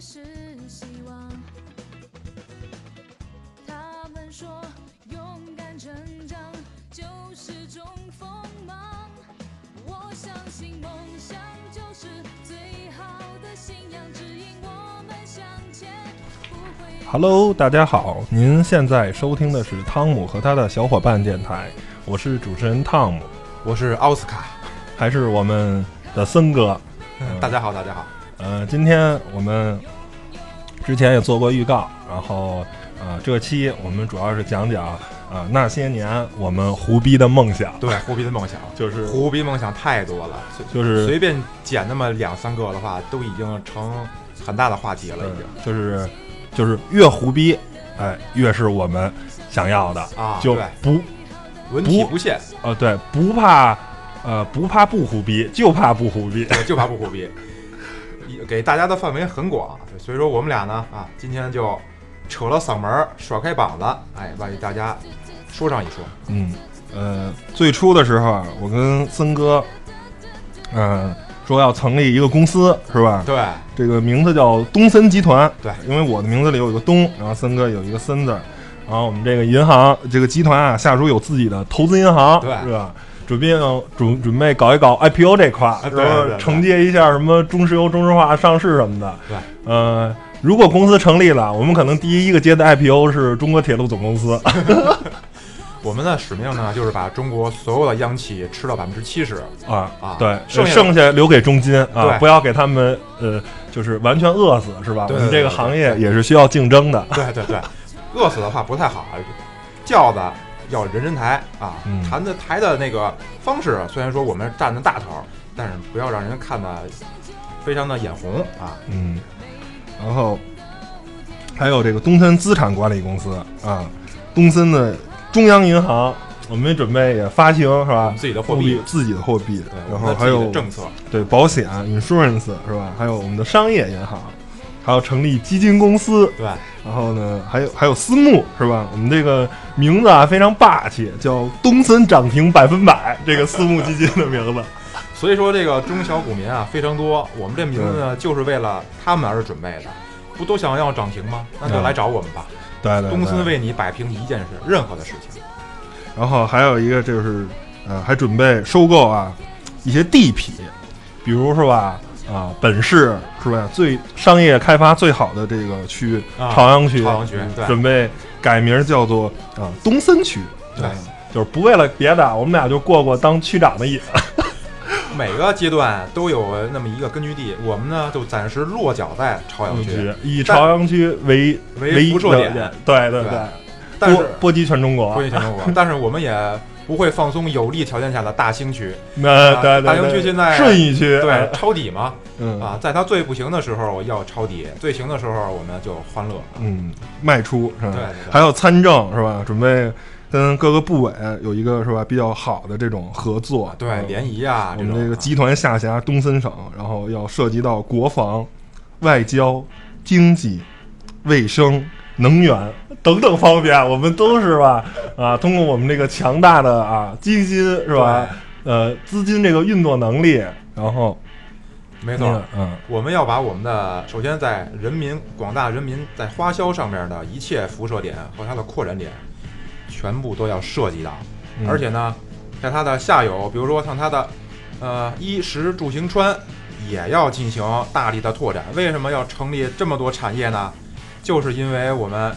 是希望。他们说勇敢成长就是种锋芒，我相信梦想就是最好的信仰，指引我们向前。不会 Hello，大家好，您现在收听的是汤姆和他的小伙伴电台，我是主持人汤姆，我是奥斯卡，还是我们的森哥。大家好，大家好。呃，今天我们之前也做过预告，然后呃，这期我们主要是讲讲呃那些年我们胡逼的梦想，对，胡逼的梦想，就是胡逼梦想太多了，随就是随便捡那么两三个的话，都已经成很大的话题了，已经。呃就是就是越胡逼，哎，越是我们想要的啊就对不文体不限，呃对不怕呃不怕不胡逼，就怕不胡逼。我就怕不胡逼。一 给大家的范围很广，所以说我们俩呢啊，今天就扯了嗓门儿，甩开膀子，哎，万一大家说上一说，嗯，呃，最初的时候啊，我跟森哥，嗯、说要成立一个公司，是吧？对，这个名字叫东森集团。对因为我的名字里有一个东，然后森哥有一个森字儿，然后我们这个银行这个集团啊，下属有自己的投资银行，对是吧？准备呢准准备搞一搞 IPO 这块儿，对然后对对承接一下什么中石油、中石化上市什么的。对，呃，如果公司成立了，我们可能第一个接的 IPO 是中国铁路总公司。我们的使命呢就是把中国所有的央企吃到百分之七十，啊啊对，剩下的剩下留给中金啊，对不要给他们呃，就是完全饿死，是吧？对我们这个对对行业也是需要竞争 的。对对对，饿死的话不太好啊。轿子要人人抬啊嗯，谈的抬的那个方式，虽然说我们占的大头，但是不要让人看的非常的眼红啊。嗯，然后还有这个东森资产管理公司啊，东森的中央银行，我们也准备也发行是我吧们？自己的货货币，自己的货币对，，我然们后的还自己有的政策，对保险啊 insurance 是吧？还有我们的商业银行，还有成立基金公司，对，然后呢，还有还有私募是吧？我们这个名字啊非常霸气，叫东森涨停百分百，这个私募基金的名字。所以说这个中小股民啊非常多，我们这名字嗯呢就是为了他们而准备的，不都想要涨停吗？那就嗯来找我们吧，对对东森对。为你摆平一件事，任何的事情，然后还有一个就是，呃，还准备收购啊一些地皮，比如说吧。啊，本市是吧？最商业开发最好的这个区域，啊朝阳区，朝阳区对准备改名叫做啊东森区，对啊就是不为了别的，我们俩就过过当区长的瘾。每个阶段都有那么一个根据地，我们呢就暂时落脚在朝阳区。以朝阳区为为唯一辐射的点对对对对，但波是波及全中不国。会全中国， 但是我们也不会放松有利条件下的大 兴区，那啊呃对对，大兴对区现在顺义区对啊哎，抄底嘛，嗯啊，在它最不行的时候要抄底，最行的时候我们就欢乐，嗯，卖出是吧？对对对还有参政是吧？准备跟各个部委有一个是吧比较好的这种合作，对，嗯联谊啊我这们这种个啊，集团下辖东三省，然后要涉及到国防、外交、经济、卫生、能源等等方面，我们都是吧啊，通过我们这个强大的啊基金是吧，呃资金这个运作能力，然后没没错。嗯我们要把我们的首先在人民广大人民在花销上面的一切辐射点和它的扩展点，全部都要涉及到，嗯而且呢，在它的下游，比如说像它的呃衣食住行穿，也要进行大力的拓展。为什么要成立这么多产业呢？就是因为我们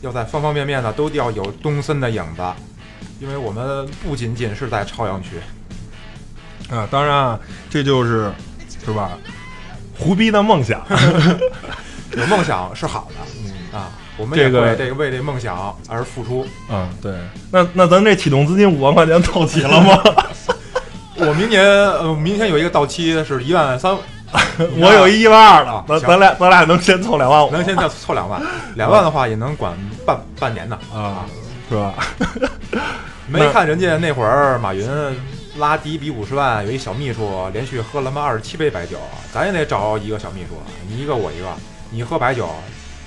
要在方方面面呢都要有东森的影子，因为我们不仅仅是在朝阳区，啊，当然啊，这就是是吧胡逼的梦 想，有梦想是好的，嗯啊，我们也这个会这个为这个梦想而付出。嗯对，那那咱这启动资金五万块钱凑齐了 吗？我明年呃，明天有一个到期是一万三， 我有一万二了啊，咱行咱俩咱俩能先凑两万五， 能先再凑两万，两万的话也能管半半年呢。啊，是吧？没看人家那会儿马云拉第一笔五十万，有一小秘书连续喝了他妈二十七杯白酒，咱也得找一个小秘书，你一个我一个，你喝白酒，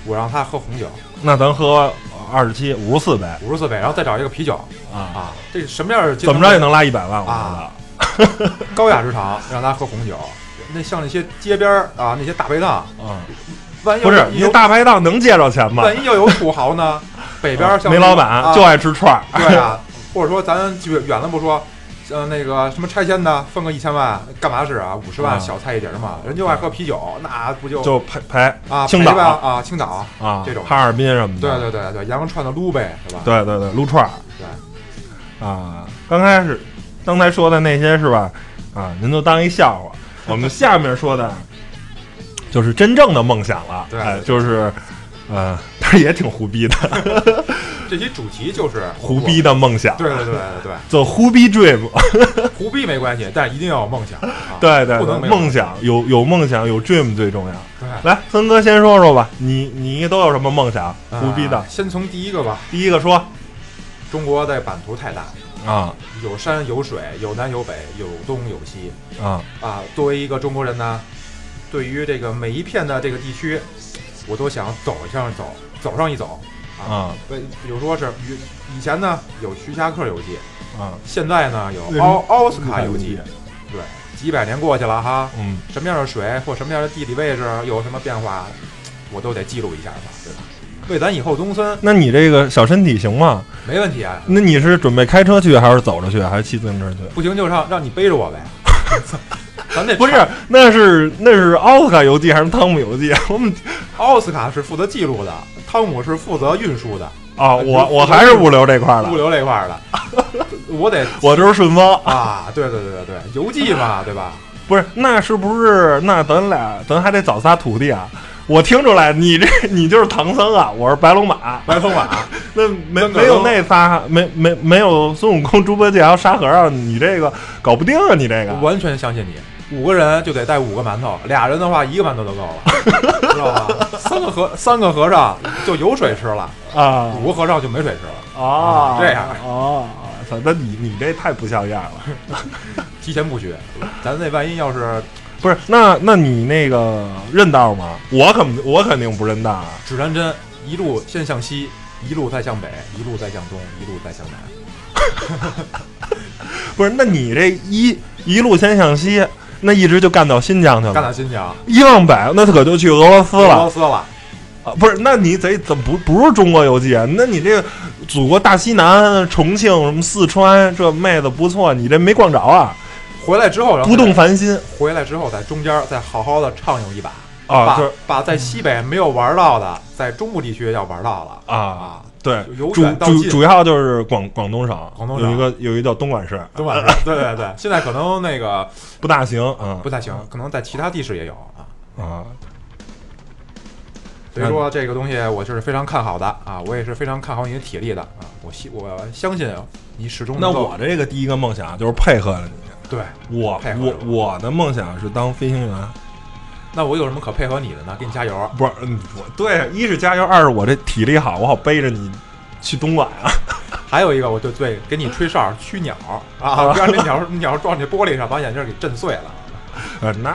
我让他喝红酒那咱喝二十七五十四杯五十四杯，然后再找一个啤酒啊，啊，这是什么样的阶怎段么着也能拉一百万，我觉得啊。高雅之堂让他喝红酒，那像那些街边儿啊那些大排档嗯，万一不是有你这大排档能介绍钱吗？万一要有土豪呢？北边像煤老啊板就爱吃串儿，对啊，或者说咱远远了不说，像那个什么拆迁的，分个一千万干嘛使啊？五十啊万小菜一碟儿嘛，人就爱喝啤酒，那不就 就排排啊青陪岛伴啊青岛，啊，这种哈尔滨什么对的，对对对，羊肉串的撸呗，是吧？对对对，撸串儿。啊，刚开始刚才说的那些是吧？啊，您就当一笑话。我们下面说的，就是真正的梦想了。对哎就是，呃，但是也挺胡逼的，这期主题就是胡逼。的梦想，对对对对对，走胡逼 dream。胡逼没关系，但一定要有梦想啊！对对不能没对，有梦想有有梦想有 dream 最重要。对，来，森哥先说说吧，你你都有什么梦想？啊胡逼的，先从第一个吧。第一个说中国的版图太大，啊有山有水，有南有北，有东有西啊啊。作为一个中国人呢，对于这个每一片的这个地区，我都想走上走，走上一走。啊对，比如说是以以前呢有徐霞客游记，啊，现在呢对有奥奥斯卡游游记记，对，几百年过去了哈，嗯，什么样的水或什么样的地理位置有什么变化，我都得记录一下吧，对吧？为咱以后东森那你这个小身体行吗？没问题啊，那你是准备开车去，还是走着去，还是骑自行车去？不行就让让你背着我呗。 咱这不是，那是那是奥斯卡游记还是汤姆游 记？我们奥斯卡是负责记录的，汤姆是负责运 输的，啊，我我还是物流这块儿物的，流这块儿的， 我得我就是顺丰。啊，对对对对对，邮 寄嘛，对吧？不是，那是不是？那咱俩咱还得找仨徒弟啊！我听出来，你这你就是唐僧啊，我是白龙马。白头马，那没三个没有龙那仨，没没没有孙悟空、猪八戒还有沙和尚，啊你这个搞不定啊！你这个我完全相信你。五个人就得带五个馒头，俩人的话一个馒头就够 了，知道吧？三个和三个和尚就有水吃了，啊五个和尚就没水吃了，啊这样哦，操！那你你这太不像样了。提前不许。咱那万一要是不是，那那你那个认道吗？我肯我肯定不认道啊！指南针一路先向西，一路再向北，一路再向东，一路再向南，不是，那你这一一路先向西，那一直就干到新疆去干了，到新疆，一往北，那可就去俄罗斯俄罗了。斯了，啊、不是，那你得怎么不不是中国游记啊？那你这个祖国大西南、重庆、什么四川，这妹子不错，你这没逛着啊，回来之后，然后不动凡心回来之后，在中间再好好的畅游一把，啊！把就是把在西北没有玩到的，在中部地区要玩到了啊，啊！对，由主远到主近主要就是广广东省，广东有一省个有一个叫东莞市，东莞人，对对对，现在可能那个不大行啊，不太行，可能在其他地市也有啊。啊，所以说这个东西我是非常看好的啊，我也是非常看好你的体力的啊，我希我相信你始终那能够我这个第一个梦想就是配合了你。对，我配合我是吧我的梦想是当飞行员，那我有什么可配合你的呢？给你加油，不是嗯我对，一是加油，二是我这体力好，我好背着你去东莞啊。还有一个我就对给你吹哨驱鸟啊，不让那鸟鸟撞你玻璃上，把眼镜给震碎了。呃，那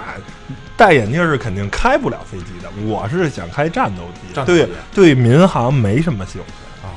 戴眼镜是肯定开不了飞机的，我是想开战斗机，战斗对机对，民航没什么兴趣，啊，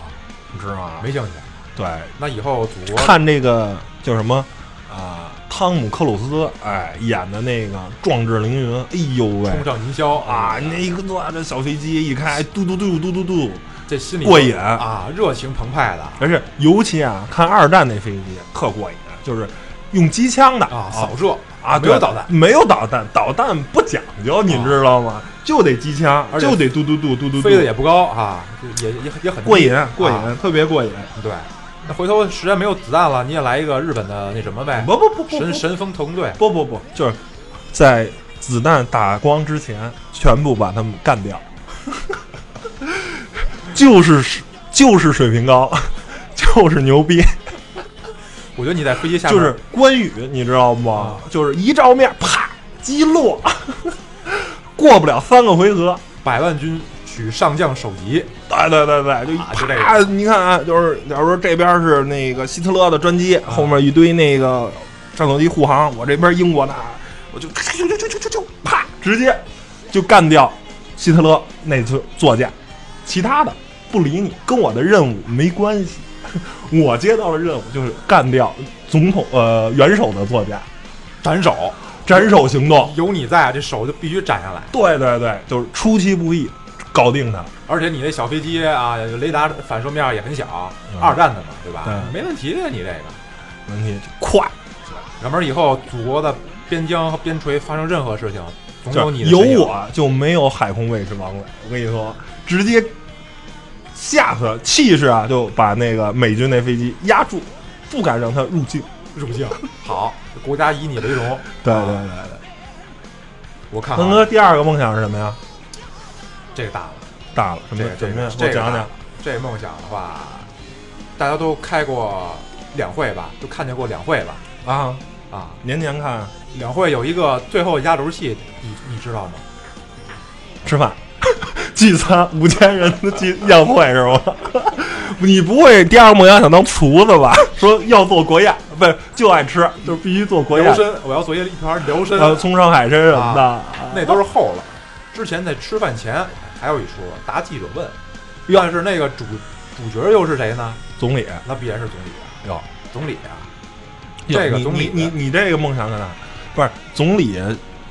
你知道吗？没兴趣。对，那以后祖国看这个叫什么啊、汤姆克鲁斯哎演的那个《壮志凌云》，哎呦喂冲上云霄啊，那一个哇，这小飞机一开，嘟嘟嘟嘟嘟嘟。这心里过瘾啊，热情澎湃的而且尤其啊，看二战那飞机特过瘾，就是用机枪的啊，扫射啊，没有对导弹，没有导弹，导弹不讲究，你知道吗？就得机枪，而且就得嘟嘟嘟嘟嘟嘟，飞得也不高啊，也也也很过瘾，过瘾，啊特别过瘾。对，那回头实在没有子弹了，你也来一个日本的那什么呗，不不不不神神风特工队不不不，就是在子弹打光之前，全部把他们干掉， 就是就是水平高， 就是牛逼。我觉得你在飞机下面就是关羽，你知道吗？就是一照面，啪，击落，过不了三个回合。百万军取上将首级，对对对对，就一啊就这啪，你看啊，就是假如说这边是那个希特勒的专啊机，后面一堆那个战斗机护航，我这边英国的，我就就就就就就就啪，直接就干掉希特勒那座座驾，其他的不理你，跟我的任务没关系。 我接到的任务就是干掉总统呃元首的座驾，斩首斩首行动。有你在，这手就必须斩下来。对对对，就是出其不意，搞定他。而且你那小飞机啊，雷达反射面也很小，嗯二战的嘛，对吧？对没问题啊的，你这个。问题就快，要不然以后祖国的边疆和边陲发生任何事情，总有就是你的有身影。啊我就没有海空卫视王伟。我跟你说，直接吓死气势啊，就把那个美军那飞机压住，不敢让他入境。入 境，好，国家以你为荣。对啊对对对，我看文啊，哥第二个梦想是什么呀？这个大了，大了，什么这个什这么个啊呀？给我讲讲。这梦想的话，大家都开过两会吧，都看见过两会吧？啊，啊，年年看两会有一个最后压轴戏，你你知道吗？吃饭。 聚餐五千人的聚宴会是吗？ 你不会第二个梦想想当厨子吧？ 说要做国宴，不是就爱吃，就是必须做国宴辽。参，我要做一盘辽参，呃，葱烧海参什么啊的，那都是后了。之前在吃饭前还有一说，答记者问，但是那个主主角又是谁呢？总理那必然是总理啊，哟，总理啊，这个你总理你你你这个梦想在哪？不是总理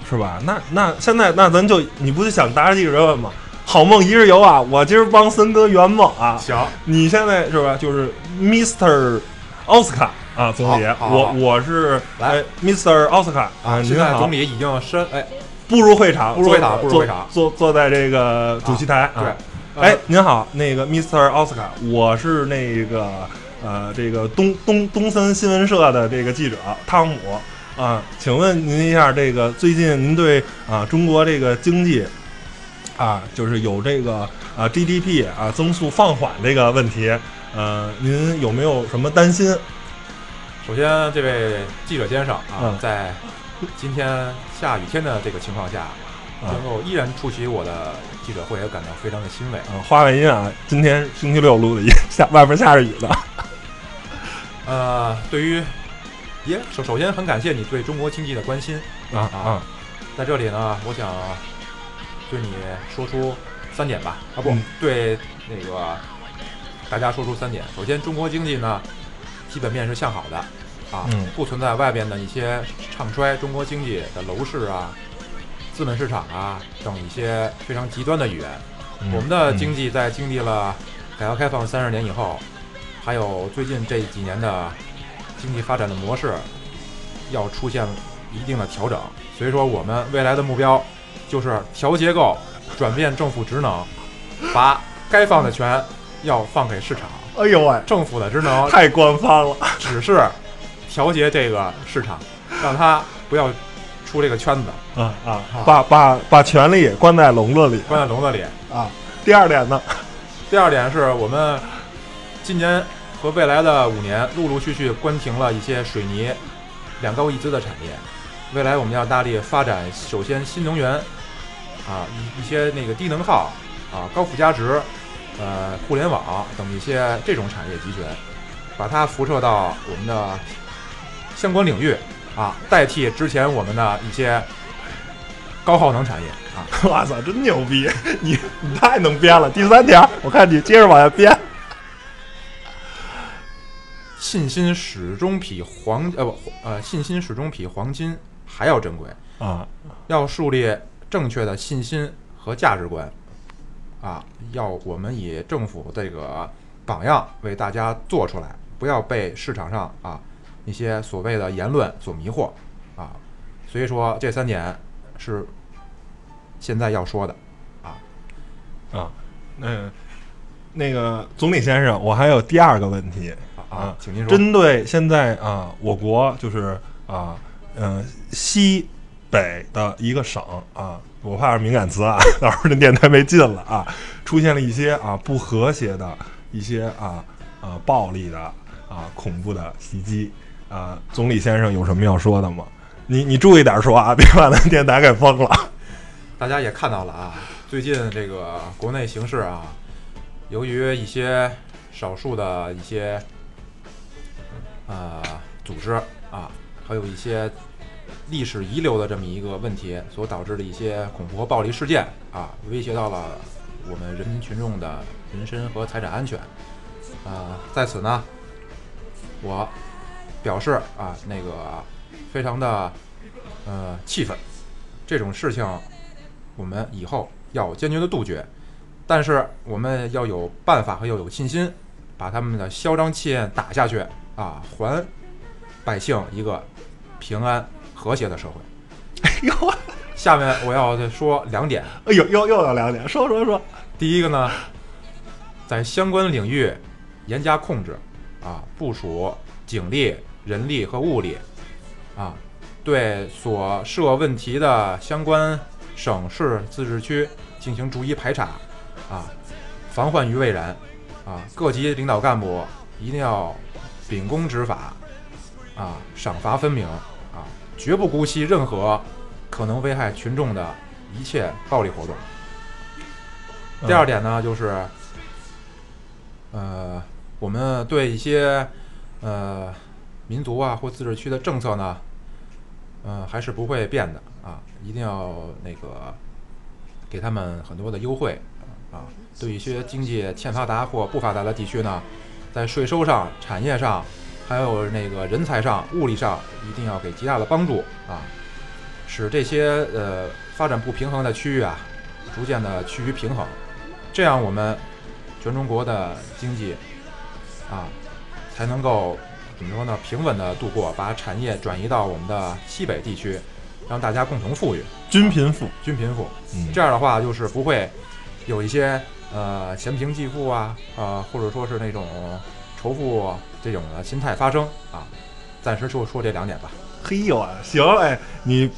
是吧？那那现在那咱就你不是想答记者问吗？好梦一日游啊！我今儿帮森哥圆梦啊！行，你现在是吧？就是 Mr. 奥斯卡啊，总理，好好好我我是来哎 Mr. 奥斯卡啊，现您在好总理已经身哎，步入会场，步入会场坐步入会场啊坐坐在这个主席台对，呃哎，您好，那个 Mr. 奥斯卡，我是那个呃，这个东东东森新闻社的这个记者汤姆啊、请问您一下，这个最近您对啊、中国这个经济啊，就是有这个啊 GDP 啊增速放缓这个问题，呃，您有没有什么担心？首先，这位记者先生啊嗯，在今天下雨天的这个情况下，啊能够依然出席我的记者会，我感到非常的欣慰。啊，花外音啊，今天星期六录的 音，下外边下着雨呢。呃，对于，耶，首首先很感谢你对中国经济的关心，啊啊，在这里呢，我想对你说出三点吧，啊不，嗯对那个大家说出三点。首先，中国经济呢基本面是向好的，啊，嗯不存在外边的一些唱衰中国经济的楼市啊、资本市场啊等一些非常极端的语言。嗯我们的经济在经历了改革开放三十年以后，还有最近这几年的经济发展的模式，要出现一定的调整。所以说，我们未来的目标就是调结构，转变政府职能，把该放的权要放给市场。哎呦喂，政府的职能太官方了。只是调节这个市场，让它不要出这个圈子，啊啊啊，把把把权力关在笼子里关在笼子里。啊。第二点呢， 第二点是我们今年和未来的五年，陆陆续续关停了一些水泥两高一资的产业。未来我们要大力发展，首先新能源啊，一一些那个低能耗啊、高附加值、呃互联网等一些这种产业集群，把它辐射到我们的相关领域啊，代替之前我们的一些高耗能产业啊。哇塞，真牛逼！ 你你太能编了。第三条，我看你接着往下编。信心始终比黄呃不呃信心始终比黄金还要珍贵，啊，要树立正确的信心和价值观，啊，要我们以政府这个榜样为大家做出来，不要被市场上啊一些所谓的言论所迷惑啊，所以说这三点是现在要说的啊，嗯，那个总理先生，我还有第二个问题，啊啊请您说。针对现在啊，我国就是啊，嗯、西北的一个省啊，我怕是敏感词啊， 到时候这电台没劲了啊，出现了一些啊不和谐的一些啊啊暴力的啊恐怖的袭击啊，总理先生有什么要说的吗？你你注意点说啊，别把咱电台给封了。 大家也看到了啊，最近这个国内形势啊，由于一些少数的一些呃组织啊，还有一些历史遗留的这么一个问题，所导致的一些恐怖和暴力事件啊，威胁到了我们人民群众的人身和财产安全。啊，在此呢，我表示啊，那个非常的呃气氛。这种事情，我们以后要坚决的杜绝，但是我们要有办法和要有信心，把他们的嚣张气焰打下去啊，还百姓一个平安和谐的社会。哎呦，下面我要再说两点，哎呦，又又要两点，说说说，第一个呢，在相关领域严加控制啊，部署警力、人力和物力啊，对所涉问题的相关省市自治区进行逐一排查啊，防患于未然啊，各级领导干部一定要秉公执法啊，赏罚分明啊，绝不姑息任何可能危害群众的一切暴力活动。第二点呢，就是，呃，我们对一些呃民族啊或自治区的政策呢，呃，还是不会变的啊，一定要那个给他们很多的优惠啊。对一些经济欠发达或不发达的地区呢，在税收上、产业上，还有那个人才上、物力上，一定要给极大的帮助啊，使这些呃发展不平衡的区域啊，逐渐的趋于平衡。这样我们全中国的经济啊，才能够怎么说呢？平稳的度过，把产业转移到我们的西北地区，让大家共同富裕、均贫富，均贫富。嗯这样的话，就是不会有一些呃嫌贫济富啊，啊，或者说是那种仇富啊这种的心态发生啊。暂时就说这两点吧。嘿呦啊，行哎，你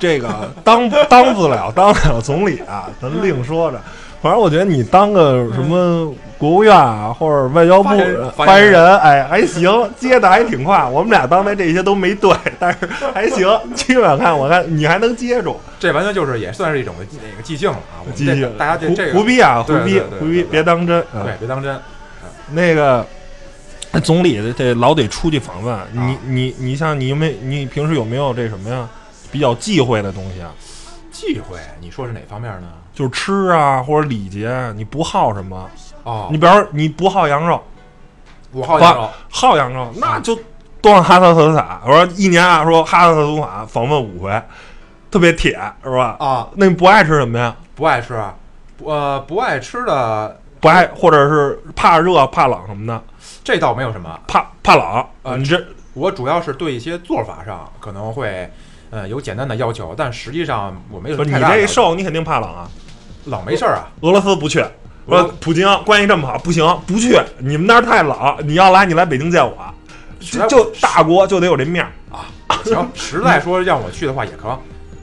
这个 当当不了当不了总理啊，咱另说着。反正我觉得你当个什么国务院啊，或者外交部嗯发言人发言人，哎，还行，接的还挺快。我们俩当年这些都没对，但是还行。基本看我看你还能接住，这完全就是也算是一种那个寂静了啊。我们继续这。大家这胡这个胡逼啊，胡对逼对对对胡逼，对别当真。啊对，别当真。那个那总理这老得出去访问，啊你你你像你有没有你平时有没有这什么呀？比较忌讳的东西啊，忌讳，你说是哪方面呢？就是吃啊或者礼节啊，你不好什么？哦，嗯你比方说你不好羊肉，五号羊肉，好羊肉那就都往哈萨克斯坦。我说一年啊，说哈萨克斯坦访问五回，特别铁是吧？啊，那你不爱吃什么呀？不爱吃，不呃，不爱吃的不爱或者是怕热怕冷什么的，这倒没有什么，怕怕冷啊你这我主要是对一些做法上可能会，呃，有简单的要求，但实际上我没有不是你太大的这一要求瘦，你肯定怕冷啊。冷没事 儿啊，俄罗斯不去，我说普京关系这么好，不行，不去。你们那儿太冷，你要来你来北京见我，实就在就大国就得有这面儿行，实在说让我去的话也成，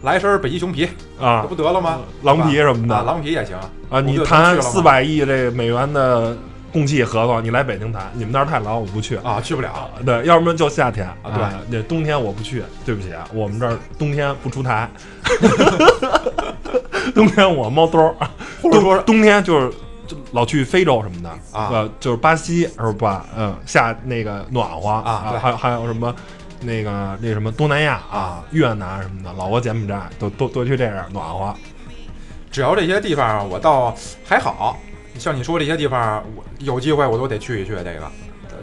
来身北极熊皮，这啊不，得了吗？狼皮什么的啊，狼皮也行啊你不就去谈了吗四百亿这美元的供气合同，你来北京谈，你们那儿太冷，我不去。啊，去不了，对，要不然就夏天啊对那冬天我不去，对不起，啊，我们这儿冬天不出 台。冬天我猫兜儿，或者说冬冬天就是就老去非洲什么的啊呃，就是巴西是吧？嗯，夏那个暖和啊对还有还有什么那个那什么东南亚啊，越南什么的，老挝、柬埔寨都都都去这样暖和。只要这些地方啊我倒还好，像你说这些地方，啊我有机会我都得去一去这个。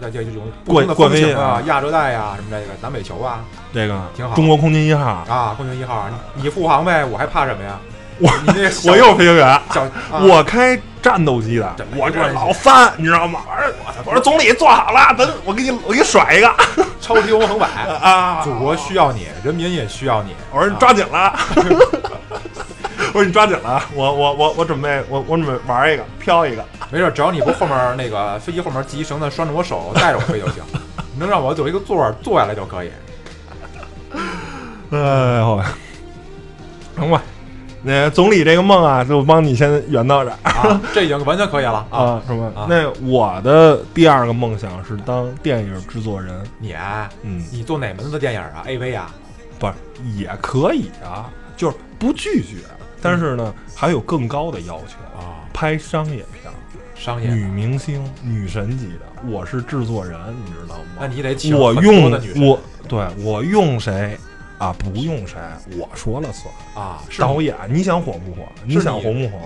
这这这种不同的过风情过威啊啊，亚热带呀、什么这个南北球啊，这个挺好中国空军一号，啊，空军一号，你你护航呗，我还怕什么呀？我你那个 小我又是飞行员，小，啊我开战斗机的这，没我这关系老翻，你知道吗？我说我说总理坐好了，咱我给你我给你甩一个超级欧横摆，啊！祖国需要你，人民也需要你。啊我说你抓紧 了，我说你抓紧了，我我我我准备我我准备玩一个飘一个。没事，只要你不后面那个飞机后面系一绳子拴着我手带着我飞就 行，你能让我有一个座儿坐下来就可以。哎呦，行吧，那总理这个梦啊，就帮你先圆到这儿啊，这已经完全可以了啊！啊，是吧？啊那我的第二个梦想是当电影制作人，你啊，嗯，你做哪门子的电影啊？AV 啊？不是也可以啊，就是不拒绝，但是呢，还有更高的要求，啊，拍商业片儿，商业的女明星、女神级的，我是制作人，你知道那吗？你得请我很多用的女生我对我用谁啊，不用谁，我说了算。啊，是导演，你想火不火？你是想你红不红？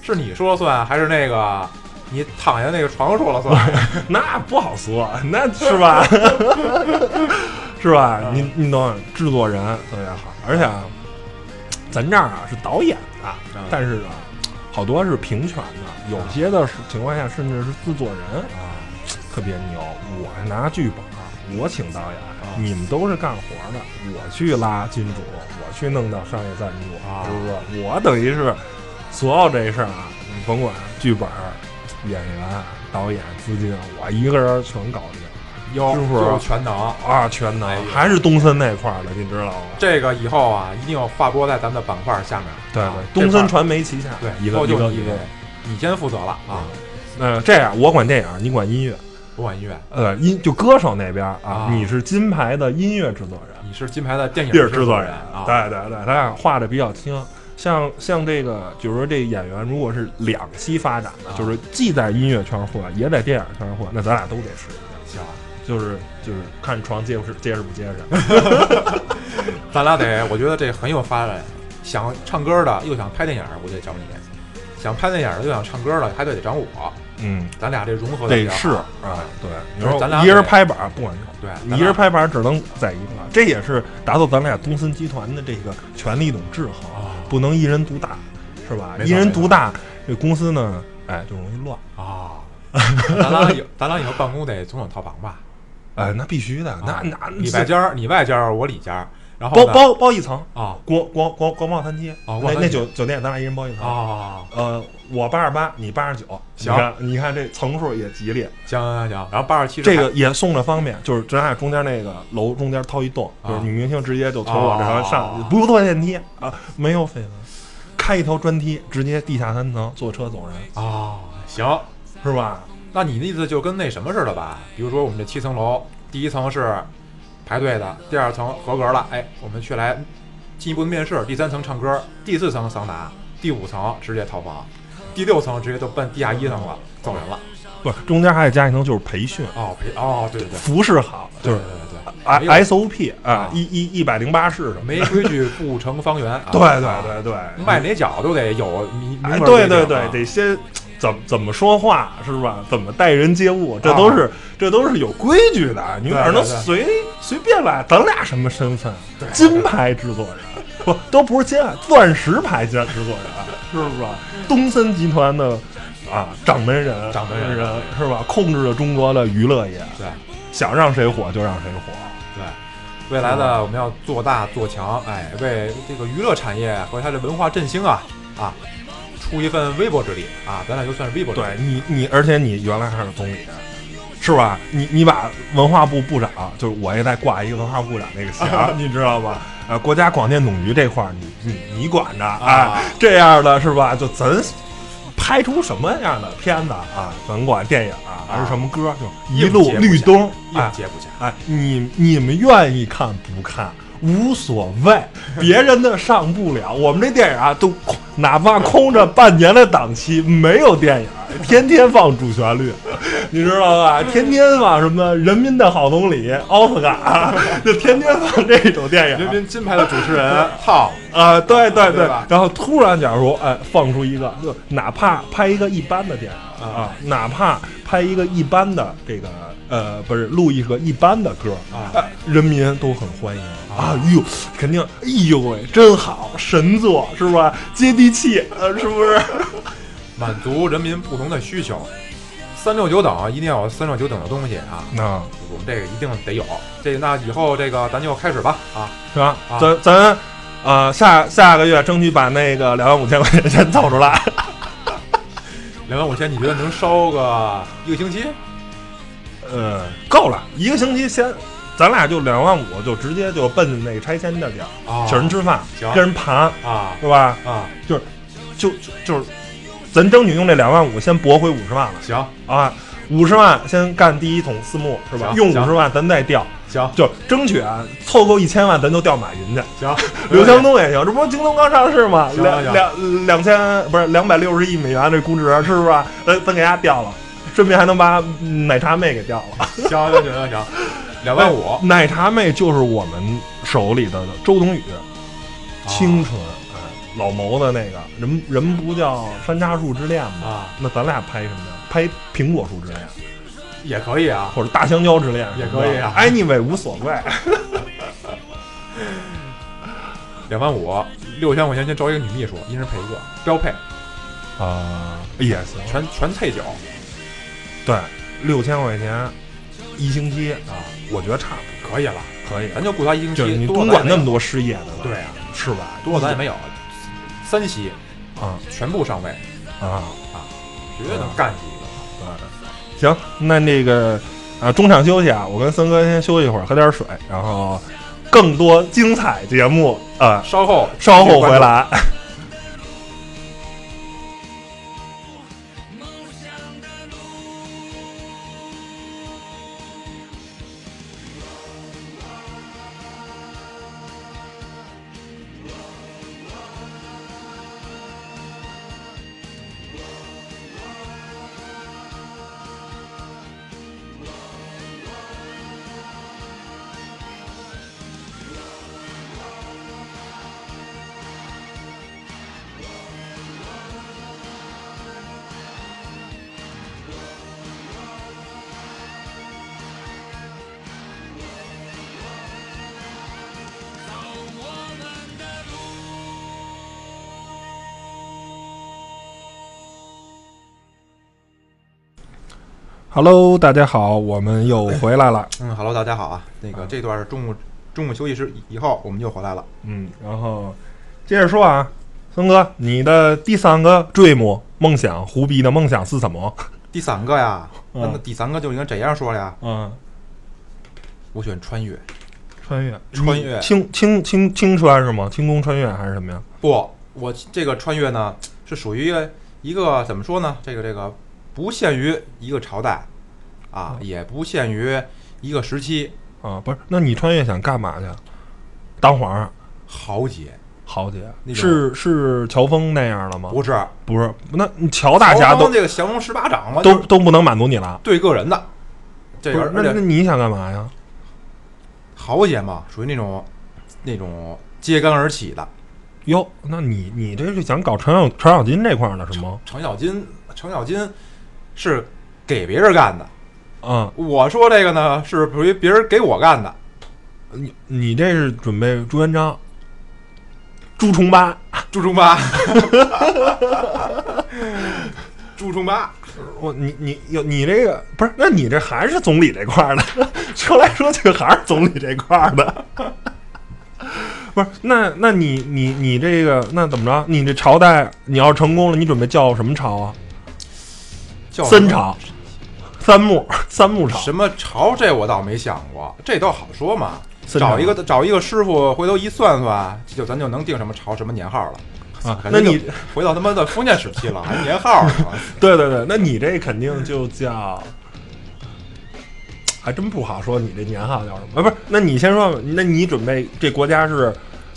是你说了算，还是那个你躺下那个床说了算。 那不好说，那是吧？ 是吧？你你懂，制作人特别好，而且啊，咱这儿啊是导演的，嗯但是啊，好多是平权的，有些的是情况下甚至是制作人啊 特别牛。我是拿剧本，我请导演，啊你们都是干活的，我去拉金主，我去弄到商业赞助，啊是不是？我等于是所有这事儿啊，你甭管剧本、演员、导演、资金，我一个人全搞定。有是不是就是全能。啊，全能哎呦，还是东森那块儿的，你知道吗？这个以后啊，一定要划拨在咱们的板块下面。对啊对，东森传媒旗下这块儿对，一以个后一就个你一个。你先负责了啊，呃，这样我管电影，你管音乐，我管音乐，呃，音就歌手那边儿啊啊，你是金牌的音乐制作人，你是金牌的电影电影制制作人人啊，对对对，咱俩画的比较清。像像这个，就是说这演员如果是两栖发展的，啊就是既在音乐圈混，也在电影圈混，那咱俩都得试一下，行，就是就是看床结不是结实不结 实。嗯咱俩得，我觉得这很有发展。想唱歌的又想拍电影，我就得找你；想拍电影的又想唱歌的，还得得找我。嗯，咱俩这融合的比得较好是啊，对，你就是说咱俩一人得拍板儿不管用。对，你咱一人俩拍板只能在一块儿，这也是达到咱俩东森集团的这个权力一种制衡，啊不能一人独大，是吧？没错一人独大，这公司呢，哎，就容易乱。啊，咱俩以咱俩以后办公得总有套房吧？哎，那必须的，那啊那你外间儿，你外间儿，我里间儿，然后包呢包包一层，啊国国国国啊贸三期，哦国贸那三那期酒酒店咱俩一人包一层。啊，呃，我八十八，你八十九，行你看，你看这层数也吉利，行行行，然后八十七这个也送着方便，就是咱俩中间那个楼中间掏一洞，啊就是女明星直接就从我这上上哦，不用坐电梯啊，没有绯闻，开一条专梯直接地下三层，坐车走人，啊，行，是吧？那你的意思就跟那什么似的吧？比如说我们这七层楼，第一层是排队的，第二层合格了，哎，我们去来进一步的面试，第三层唱歌，第四层桑拿，第五层直接套房，第六层直接就奔地下一层了，走人了。不是，中间还得加一层就是培训，哦，陪哦，对对对，服饰好，就对是对对对，没有 I SOP 哎啊啊，一一一百零八式什么的，没规矩不成方圆。啊对啊对对对，迈哪脚都得有明明哎，文对规定对啊对，得先怎么怎么说话是吧？怎么待人接物，这都是、这都是有规矩的。你哪能啊对对对随随便来？咱俩什么身份？对金牌制作人，不都不是金啊，钻石牌制制作人，是不是？东森集团的啊掌门人，掌门人是吧？控制着中国的娱乐业，对想让谁火就让谁火。对。未来的我们要做大做强，哎，为这个娱乐产业和它的文化振兴啊啊，出一份微薄之力啊，咱俩就算是微薄之力。对你你，而且你原来还是总理。是吧？你你把文化部部长，就是我也在挂一个文化部长这个衔 儿，你知道吧？呃，国家广电总局这块儿，你你你管着啊、啊这样的是吧？就咱拍出什么样的片子啊，甭管电影啊还是什么歌，就一路绿灯，哎应接不暇。哎，你你们愿意看不看无所 谓，别人的上不了，我们这电影啊，都空哪怕空着半年的档期，没有电影，天天放主旋 律，你知道吧？天天放什么《人民的好总理》、奥斯 卡，就天天放这种电人影。民金牌的主持人 套啊、对对对吧然后突然假如哎放出一个，就哪怕拍一个一般的电影啊啊，哪怕拍一个一般的这个呃不是录一个一般的歌啊哎人民都很欢迎啊，哟，肯定，哎呦喂，真好，神作是吧？接地气，呃，是不是？满足人民不同的需求。三六九等一定要有三六九等的东西啊， 那我们这个一定得有。这那以后这个咱就开始吧啊，是吧？啊咱咱呃下下个月争取把那个两万五千块钱 先凑出来。两万五千，你觉得能烧个一个星期？呃， 够了，一个星期先，咱俩就两万五，就直接就奔那个拆迁的地儿，啊，请人吃饭，行跟人盘，啊是吧？啊，就就就是，咱争取用这两万五先驳回五十万了行啊，五十万先干第一桶私募是吧？行用行五十万咱再调，行就争取啊，凑够一千万咱就调马云去， 行，刘强东也行，这不是京东刚上市吗？行两行两两千不是两百六十亿美元这估值是不是？咱咱给他调了，顺便还能把嗯奶茶妹给调了。哎行行行行行，两万五，奶啊茶妹就是我们手里的周冬雨，清纯，哎，老谋的那个人人不叫山楂树之恋吗？啊，那咱俩拍什么呀？拍苹果树之恋，也可以啊。或者大香蕉之恋也可以啊 a n y w a y 无所谓。两万五，六千块钱先招一个女秘书，一人陪一个，标配，啊，也行，全全配角对，六千块钱一星期，啊，我觉得差不可以了，多，可以。啊咱就雇他一星就是期，你多东咱也莞没哎那么多失业的吧？对啊，是吧？多咱也没有，三期啊嗯全部上位，啊，绝对能干几对行，那那个啊，中场休息啊，我跟森哥先休息一会儿，喝点水，然后更多精彩节目啊个。，稍后稍后回。来。梦想的路， Hello，大家好，我们又回来 了。嗯，Hello，大家好啊，那个这段是中午中午休息时以后，我们就回来了。嗯，然后接着说啊，森哥，你的第三个 dream 梦想，胡逼的梦想是什么？第三个呀，那嗯么第三个就应该这样说了呀，嗯，我选穿越，穿越，穿越青青青青穿是吗？清宫穿越还是什么呀？不，我这个穿越呢是属于一个一个怎么说呢？这个这个不限于一个朝代啊，嗯也不限于一个时期，啊，不是，那你穿越想干嘛去？当皇上？豪杰豪杰那种是是乔峰那样的吗？不是不是，那你乔嗯大侠曹都芳这个降龙十八掌嘛，都就是都不能满足你了。对个人的，这不个是，那而那且你想干嘛呀？豪杰嘛，属于那种那种揭竿而起的。哟，那你你这是想搞程咬程咬金这块儿的是吗？程咬金，程咬金是给别人干的，啊，我说这个呢是属于别人给我干的。你你这是准备朱元璋、朱重八？朱重 八，朱重八，我你你有你这个不是？那你这还是总理这块儿的？说来说去还是总理这块儿的。不是，那那你你你这个那怎么着？你这朝代你要成功了，你准备叫什么朝啊？叫三朝，三木三木朝什么朝？这我倒没想过，这倒好说嘛。三朝找一个找一个师傅，回头一算算，就咱就能定什么朝什么年号了。啊？感那觉就你回到他妈的封建时 期了，还年号呢？对对对，那你这肯定就叫，还真不好说。你这年号叫什么？啊，不是？那你先说，那你准备这国家是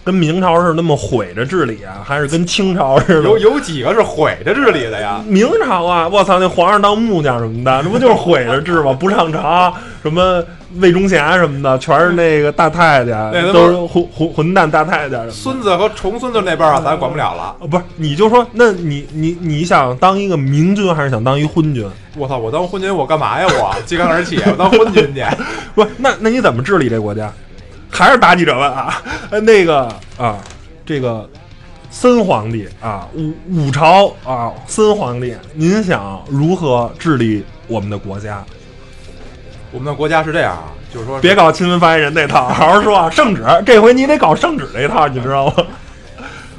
跟明朝是那么毁着治理啊，还是跟清朝似有的？有几个是毁着治理的呀？明朝啊，我操，那皇上当木匠什么的，这不就是毁着治吗？不上朝，啊什么 魏忠贤什么的，全是那个大太监那他，妈都是混混混蛋大太监什么的。孙子和重孙子那辈儿啊，咱管不了了。啊，不是，你就说，那你你你想当一个明君，还是想当一昏君？我操！我当昏君我干嘛呀？ 我揭竿而起，我当昏君去。不是，那那你怎么治理这国家？还是打记者问啊？ 呃，那个啊，这个森皇帝啊，五五朝啊，森皇帝，您想如何治理我们的国家？我们的国家是这样啊，就是说是别搞新闻发言人那套，好好说啊！圣旨，这回你得搞圣旨那套，你知道吗？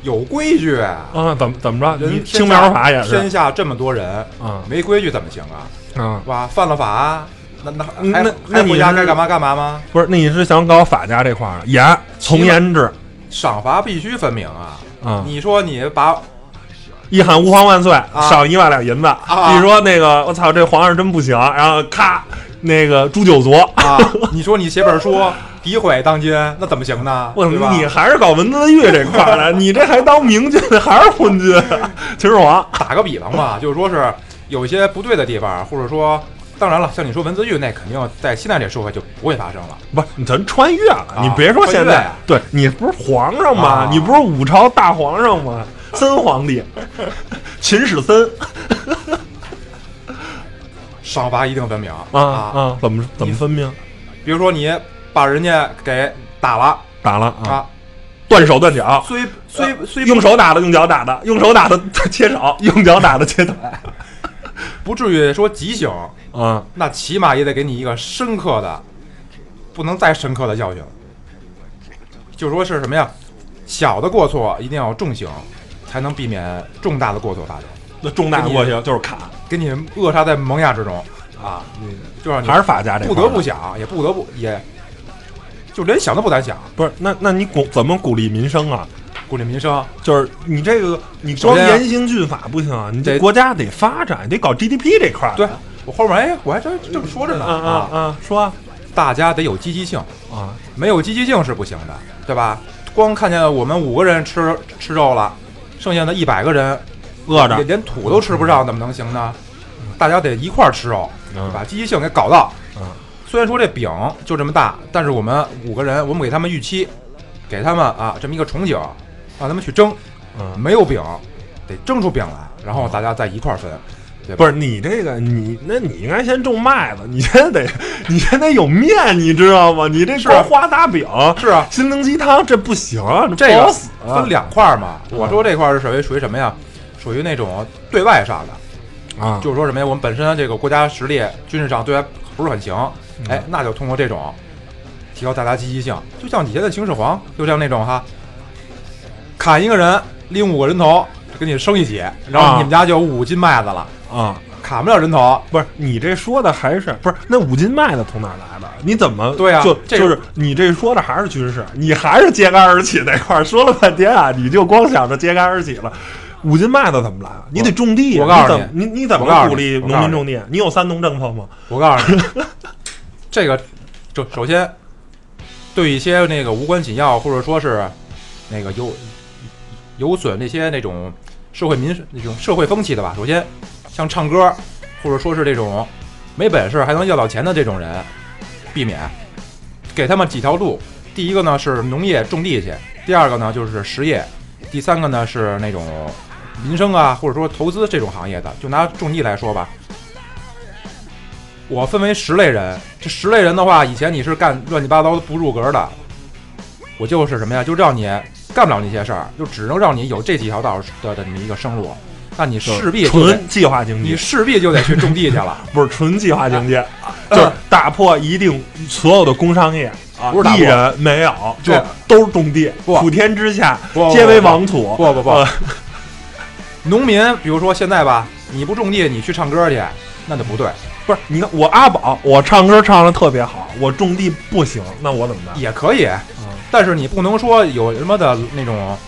有规矩啊。啊，怎么怎么着？你人青天苗下法也是天下这么多人，嗯没规矩怎么行啊？啊。是吧？犯了法，啊那那嗯还那那还你回家是该干嘛干嘛吗？不是，那你是想搞法家这块儿的严从严制赏罚必须分明啊！啊？你说你把一喊吾皇万岁，赏一万两银子。啊一说那个我操，这皇上真不行，然后咔，那个诛九族。 啊，你说你写本书诋毁当今，那怎么行呢？我对吧？你还是搞文字狱这块儿的，你这还当明君还是昏君？秦始皇 打个比方吧，就是说是有一些不对的地方，或者说当然了，像你说文字狱那肯定在现在这社会就不会发生了。不是，咱穿越了。啊你别说现穿越在啊，对你不是皇上吗？啊你不是五朝大皇上吗？森皇 帝，秦始森赏罚一定分明啊啊啊！怎么怎么分明？比如说你把人家给打了打了啊，啊，断手断脚，虽虽虽用手打的，用脚打的，用手打的 切手，用脚打的切腿不至于说极刑，啊！那起码也得给你一个深刻的，不能再深刻的教训。就说是什么呀？小的过错一定要重刑，才能避免重大的过错发生，那重大给你过去就是砍，给你扼杀在萌芽之中啊！就让你还是法家这不块得儿不想，也不得不也，就连想都不敢想，不是？那那你鼓怎么鼓励民生啊？鼓励民生。就是你这个，你首光先啊严刑峻法不行啊，你这得国家得发展，得搞 GDP 这块儿。对我后面哎，我还真这么说着呢啊啊啊！说啊大家得有积极性，啊，没有积极性是不行的，对吧？光看见我们五个人吃吃肉了，剩下的一百个人饿连着，连土都吃不上，怎么能行呢？大家得一块儿吃肉，嗯把积极性给搞到。嗯虽然说这饼就这么大，但是我们五个人，我们给他们预期，给他们啊这么一个憧憬，让他们去争。嗯，没有饼，得蒸出饼来，然后大家再一块儿分。对吧不是你这个，你那你应该先种麦子，你先得，你先得有面，你知道吗？你这是啊光花大饼、是啊，心灵鸡汤这不行，这不好个死分两块儿嘛。嗯我说这块儿是属于属于什么呀？属于那种对外上的，啊，就是说什么呀？我们本身这个国家实力军事上对外不是很行，哎，那就通过这种提高大家积极性，就像以前的秦始皇，就像那种哈，砍一个人拎五个人头给你升一起，然后啊你们家就有五斤麦子了，啊。砍不了人头。不是你这说的还是不是那五斤麦子从哪儿来的？你怎么对啊就这就是你这说的还是军事，你还是揭竿而起那块儿说了半天啊，你就光想着揭竿而起了。五斤麦子怎么来啊？你得种地啊。我告诉你怎么，你你怎我告诉么你鼓励农民种地？你有三农政策吗？我告诉你，这个首首先对一些那个无关紧要或者说是那个有有损那些那种社会民那种社会风气的吧，首先像唱歌或者说是这种没本事还能要到钱的这种人，避免给他们几条路。第一个呢是农业种地去，第二个呢就是实业，第三个呢是那种民生啊或者说投资这种行业的。就拿种地来说吧，我分为十类人，这十类人的话，以前你是干乱七八糟的不入格的，我就是什么呀，就让你干不了那些事儿，就只能让你有这几条道的这么一个生路，那你势必就得纯计划经你济，势必就得去种地去 了。不是纯计划经济，啊啊就是打破一定所有的工商业啊不是打，破一人没有，就对都是种地，不普天之下不皆为王土。不不不呃，农民，比如说现在吧，你不种地，你去唱歌去，那就不对，不是，你看我阿宝，我唱歌唱的特别好，我种地不行，那我怎么办？也可以，嗯但是你不能说有什么的那种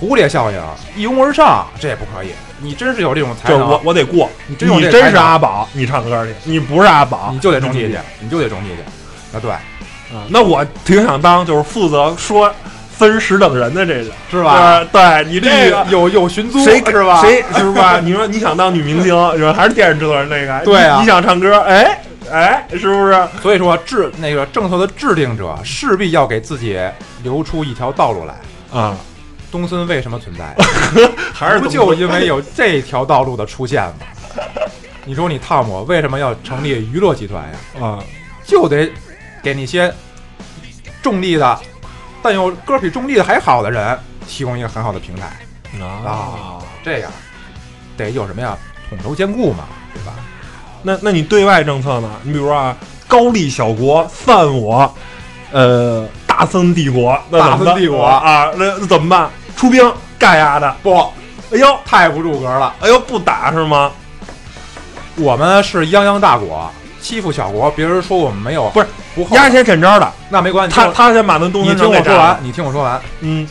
蝴蝶效应，一拥而上，这也不可以。你真是有这种才就是能，我我得过，你你真有这才是能阿宝，你唱歌去，你不是阿宝，你就得种地去啊、，你就得种地去。啊，对，嗯那我挺想当就是负责说分十等人的这人，是吧？对吧？对你这个。有有寻租谁是吧？谁是吧？你说你想当女明星，是吧？还是电视制作人那个？对啊你你想唱歌，哎哎，是不是？所以说制那个政策的制定者势必要给自己留出一条道路来。啊，东森为什么存在？还是不怎么就因为有这条道路的出现吗？你说你汤姆为什么要成立娱乐集团呀？啊？就得给那些种地的，但又歌比种地的还好的人提供一个很好的平台。啊，这样得有什么呀？统筹兼顾嘛，对吧？那那你对外政策呢？你比如说啊，高丽小国、散我，呃，大森帝国，那怎么办大森帝国啊，那那怎么办？出兵干丫的！不，哎呦，太不入格了。哎呦，不打是吗？我们是泱泱大国，欺负小国，别人说我们没有，不是不厚道压先枕招的，那没关系。他他先把那东你西听我你听我说完，完，你听我说完。嗯，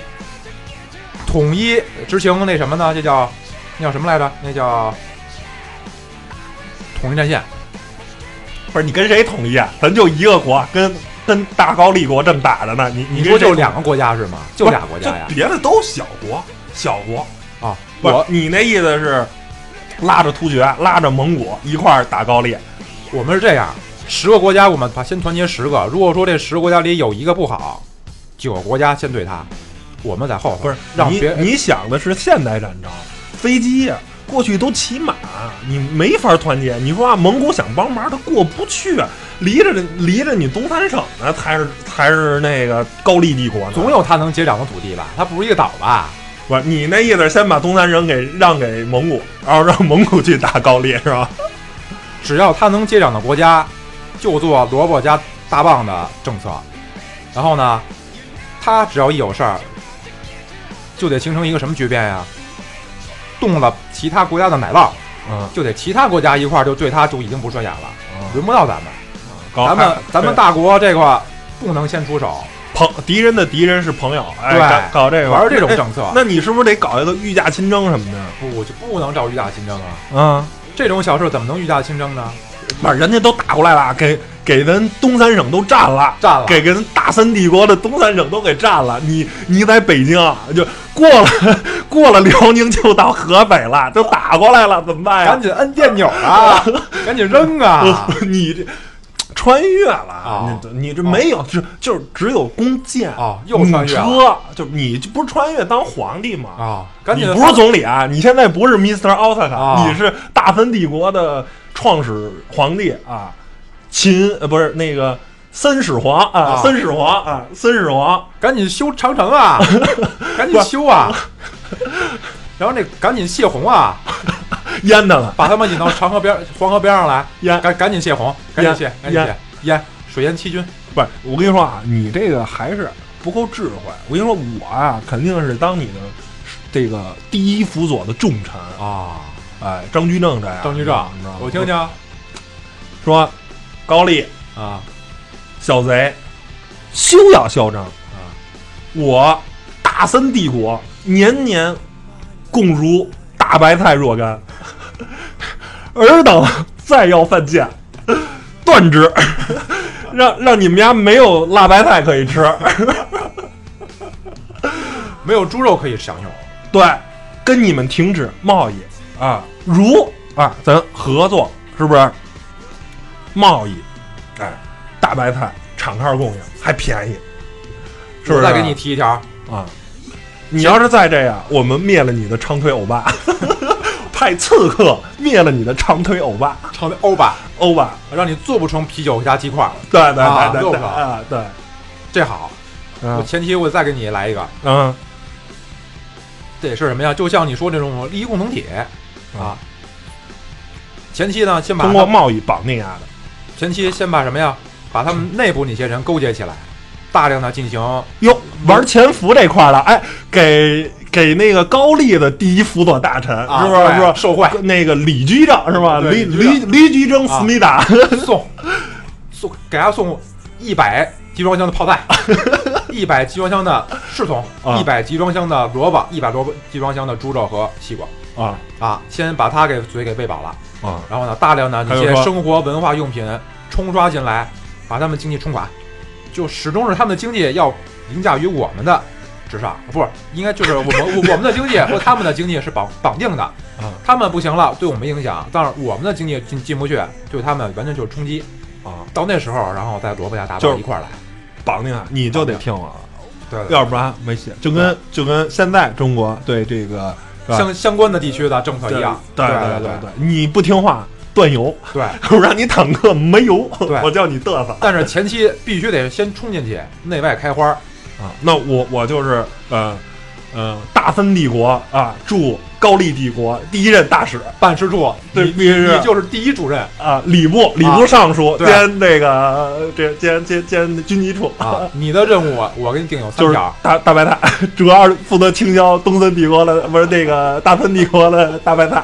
统一执行那什么呢？这叫那叫什么来着？那叫统一战线。不是你跟谁统一啊？咱就一个国，跟跟大高丽国正打着呢，你你跟谁说就统一两个国家是吗？就俩国家呀就？别的都小国，小国。啊，不是我你那意思是拉着突厥、拉着蒙古一块儿打高丽？我们是这样，十个国家我们把先团结十个，如果说这十个国家里有一个不好，九个国家先对他，我们在后头不是让你别人你想的是现代战争，飞机呀过去都骑马，你没法团结。你说啊，蒙古想帮忙，他过不去，啊离着离着你东三省呢，才是才是那个高丽帝国呢。总有他能接掌的土地吧？他不是一个岛吧？不是你那意思，先把东三省给让给蒙古， 然后让蒙古去打高丽是吧？只要他能接掌的国家，就做萝卜加大棒的政策。然后呢，他只要一有事儿，就得形成一个什么局变呀？动了其他国家的奶酪，嗯，就得其他国家一块儿就对他就已经不顺眼了，哦轮不到咱们。搞咱们哎咱们大国这块儿不能先出手，朋敌人的敌人是朋友，哎，对搞搞这个玩这种政策哎那你是不是得搞一个御驾亲征什么的？不就不能照御驾亲征啊！啊，这种小事怎么能御驾亲征呢？不是人家都打过来了，给给咱东三省都占了。占了，给给咱大三帝国的东三省都给占了，你你在北京啊就过了 过了辽宁就到河北了，都打过来了，怎么办呀赶？紧摁电钮 啊，赶紧扔啊！你这穿越了，啊你你这没有，就就是只有弓箭哦又穿越了母车，就你就不是穿越当皇帝吗？啊，赶紧你不是总理啊，你现在不是 Mr. 奥斯卡，啊你是大分帝国的创始皇帝啊，秦呃不是那个森始皇啊，啊森始皇啊，森始皇，赶紧修长 城啊，赶紧修啊！然后那赶紧泄洪啊，淹他了，把他们引到长河 边、黄河边上来，淹赶赶紧泄洪，赶紧淹泄，赶紧泄淹，淹水淹七军。不是，我跟你说啊，你这个还是不够智慧。我跟你说，我啊肯定是当你的这个第一辅佐的重臣啊。啊！哎，张居正这样，张居正你知道吗，我听听说，高丽啊，小贼，休要嚣张啊！我大森帝国年年共如大白菜若干，尔等再要犯贱，断之，让让你们家没有辣白菜可以吃。没有猪肉可以享用。对，跟你们停止贸易啊，如啊，咱合作是不是？贸易，哎，大白菜敞开供应还便宜，是不我是？再给你提一条，啊，你要是再这样，我们灭了你的长腿欧巴， 派刺客灭了你的长腿欧巴，成为欧巴，欧巴，让你做不成啤酒加鸡块。对对啊对对又对搞啊，对，这好，我嗯前提我再给你来一个，嗯这也是什么呀？就像你说这种利益共同体啊。前期呢，先把通过贸易绑定啊的，前期先把什么呀？把他们内部那些人勾结起来，大量的进行哟，玩潜伏这块儿了，哎，给给那个高丽的第一辅佐大臣、啊是不是？对是吧？受贿那个李居正是吧？李对李居李李居正思密达，送送给他送一百集装箱的泡菜，一百集装箱的柿筒，啊一百集装箱的萝卜，一百萝卜集装箱的猪肉和西瓜啊啊！先把他给嘴给喂饱了， 啊然后呢，大量的还一有些说生活文化用品冲刷进来，把他们经济冲垮，就始终是他们的经济要凌驾于我们的之上，不是应该 就是我们我我们的经济和他们的经济是绑绑定的，嗯他们不行了对我们影响，但是我们的经济进进不去，对他们完全就是冲击。啊！到那时候，然后再萝卜加大就棒是一块儿来。绑定啊，你就得听我了，对对对要不然没戏。就跟就跟现在中国对这个是吧相相关的地区的政策对啊一样。对对对对，你不听话断油， 对。我让你坦克没油，对啊我叫你嘚瑟。但是前期必须得先冲进去，内外开花。啊，那我我就是呃呃大分帝国啊，驻高丽帝国第一任大使办事处，对你必须是你就是第一主任啊，礼部礼部尚书、对兼那个这兼兼兼军机处，啊！你的任务我给你定有就三是条，大大白菜，主要是负责倾销东森帝国的不是那个大分帝国的大白菜。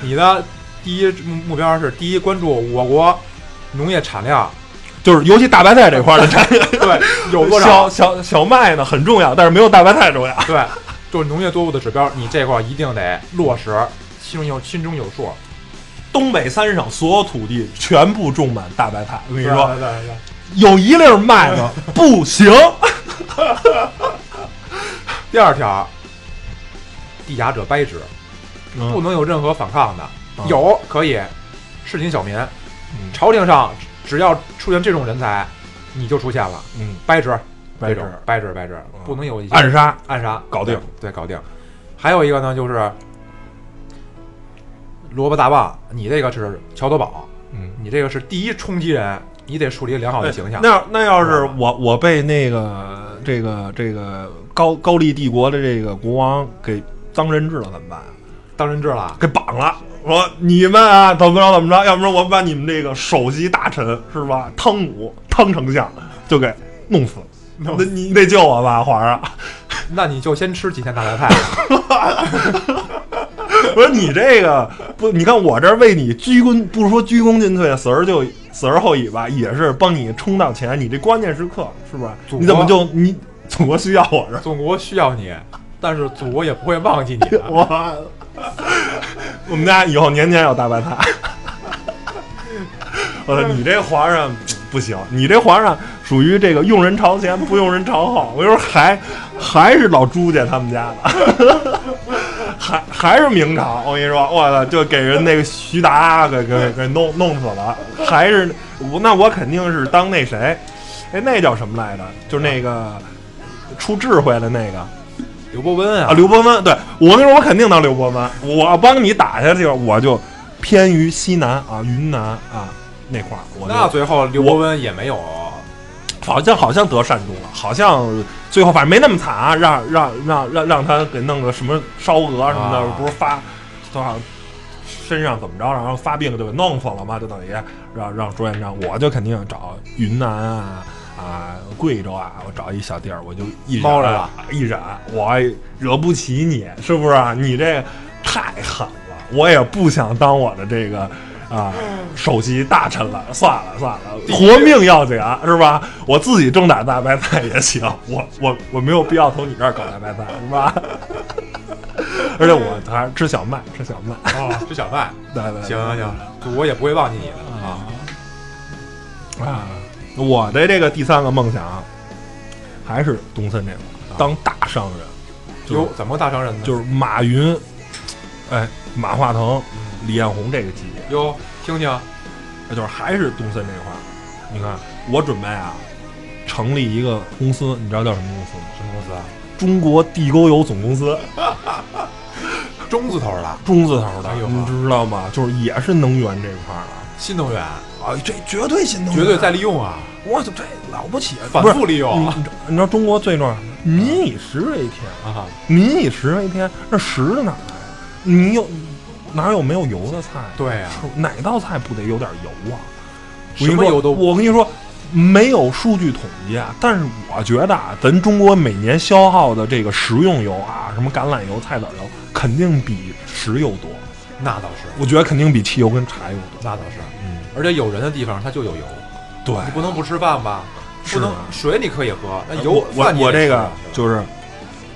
你的第一目标是第一关注我国农业产量，就是尤其大白菜这块儿的产 业对，有多小少？小小麦呢很重要，但是没有大白菜重要。对，就是农业作物的指标，你这块儿一定得落实，心中有心中有数。东北三省所有土地全部种满大白菜，我跟你你说，对对对有一粒儿麦 子不行。第二条，地狭者掰之，不嗯能有任何反抗的啊。有可以，市井小民嗯朝廷上只要出现这种人才，你就出现了，嗯，掰直，白这纸种掰直掰直，嗯不能有一些暗杀，暗杀，搞定对，对，搞定。还有一个呢，就是萝卜大棒，你这个是桥头堡，嗯，哎你这个是第一冲击人，你得树立良好的形象。那要那要是我我被那个这个这个高高丽帝国的这个国王给当人质了怎么办啊？当人质了，给绑了，说你们啊怎么着怎么着，要不然我把你们这个首席大臣是吧汤姆汤丞相就给弄死。那你得救我吧，皇上！那你就先吃几天大白菜。我说你这个不，你看我这儿为你鞠躬，不是说鞠躬尽瘁，死而就死而后已吧，也是帮你冲到前。你这关键时刻是不是？祖国你怎么就你祖国需要我是吧？祖国需要你，但是祖国也不会忘记你的。 我我们家以后年年有大白菜。 我说你这皇上不行，你这皇上属于这个用人朝前不用人朝后。我就说还还是老朱家他们家的， 还还是明朝。我跟你说，我操，就给人那个徐达给给给弄弄死了，还是我那我肯定是当那谁，哎，那叫什么来着？就是那个出智慧的那个。刘伯温啊，啊，刘伯温，对我那时候我肯定当刘伯温，我帮你打下去，我就偏于西南啊，云南啊那块儿，我就那最后刘伯温也没有，好像好像得善终了，好像最后反正没那么惨啊，让让让让让他给弄个什么烧鹅什么的，啊不是发多少身上怎么着，然后发病就给弄死了嘛，就等于让让朱元璋，我就肯定找云南啊。啊，贵州啊，我找一小地儿，我就一猫来来了，一染，我惹不起你，是不是啊、你这个太狠了，我也不想当我的这个啊首席大臣了，算了算了，活命要紧啊是吧？我自己种点大白菜也行，我我我没有必要从你这儿搞大白菜，是吧？ 而且我还吃小麦，吃小麦，啊，吃小 麦。对对对，行行行，嗯祖国也不会忘记你的啊。啊！我的这个第三个梦想啊还是东森这块儿，当大商人。就是哟，怎么个大商人呢？嗯就是马云，哎，马化腾、李彦宏这个级别，哟，听听，那就是还是东森这块儿。你看，我准备啊，成立一个公司，你知道叫什么公司吗？什么公司啊？中国地沟油总公司，中字头的中字头的，哎呦你知道吗？就是也是能源这块儿啊，新能源，啊，这绝对新能绝对在利用啊，我操，这了不起，反不是复利用你啊你知道你知道中国最重要什么？民以食为天，啊。民以食为天，那食的哪儿来啊？你有哪有没有油的菜啊？对呀，是哪道菜不得有点油啊？我什跟你么说油都我跟你说，没有数据统计啊，但是我觉得啊，咱中国每年消耗的这个食用油啊，什么橄榄油、菜籽油，肯定比石油多。那倒是，我觉得肯定比汽油跟柴油多。那倒是。嗯，而且有人的地方它就有油，对，你不能不吃饭吧？是不能啊呃水你可以喝，那油我饭你我我得这吃啊个就是，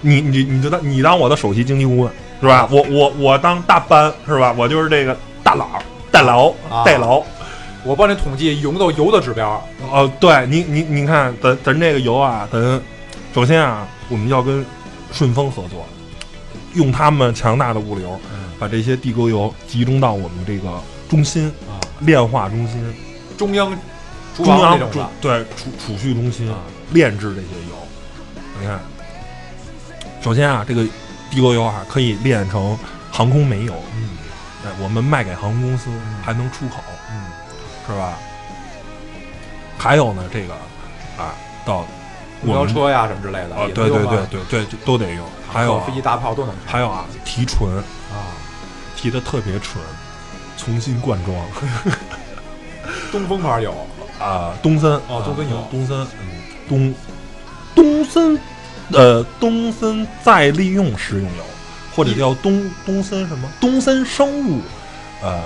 你你你就当你当我的首席经济顾问是吧？我我我当大班是吧？我就是这个大佬。代劳啊，代劳，我帮你统计油到油的指标，哦，对你你你看，咱咱这个油啊，咱首先啊，我们要跟顺丰合作，用他们强大的物流，把这些地沟油集中到我们这个中心啊，炼化中心、中央厨中房那央种储的，对储储蓄中心啊炼制这些油。你看，首先啊，这个地沟油啊可以炼成航空煤油，嗯哎，我们卖给航空公司还能出口。嗯，是吧？还有呢，这这个啊，到公我交们车呀什么之类的，啊，也对能对用对啊，对对，就都得用。还有啊飞机大炮都能还有啊，提纯啊，提的特别纯，重新灌装东风牌有，啊，东森哦啊东森有东森，嗯，东东森，呃，东森再利用食用油，或者叫东东森什么东森生物，呃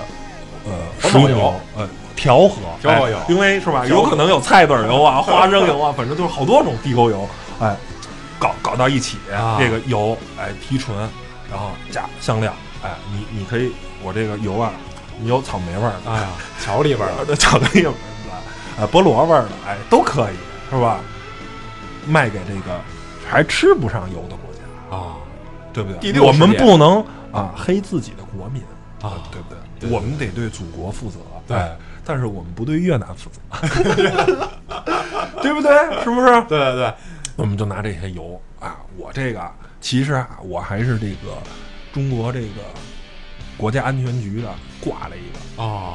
呃，环食用保油油呃。调和，调和油哎因为是吧？调和有可能有菜籽油 啊、花生油啊，反正就是好多种地沟油，哎，搞搞到一起，啊这个油，哎，提纯，然后加香料，哎，你你可以，我这个油啊，你有草莓味儿的，哎呀，桥里 边儿的巧克力味儿的，啊，菠萝味儿的，哎，都可以，是吧？卖给这个还吃不上油的国家，啊，对不对？第六我世们界不能啊黑自己的国民，啊，对不对？对我们得对祖国负责，对哎，但是我们不对越南 负责，对不对？是不是？对对对，我们就拿这些油啊，我这个其实啊，我还是这个中国这个国家安全局的挂了一个，哦，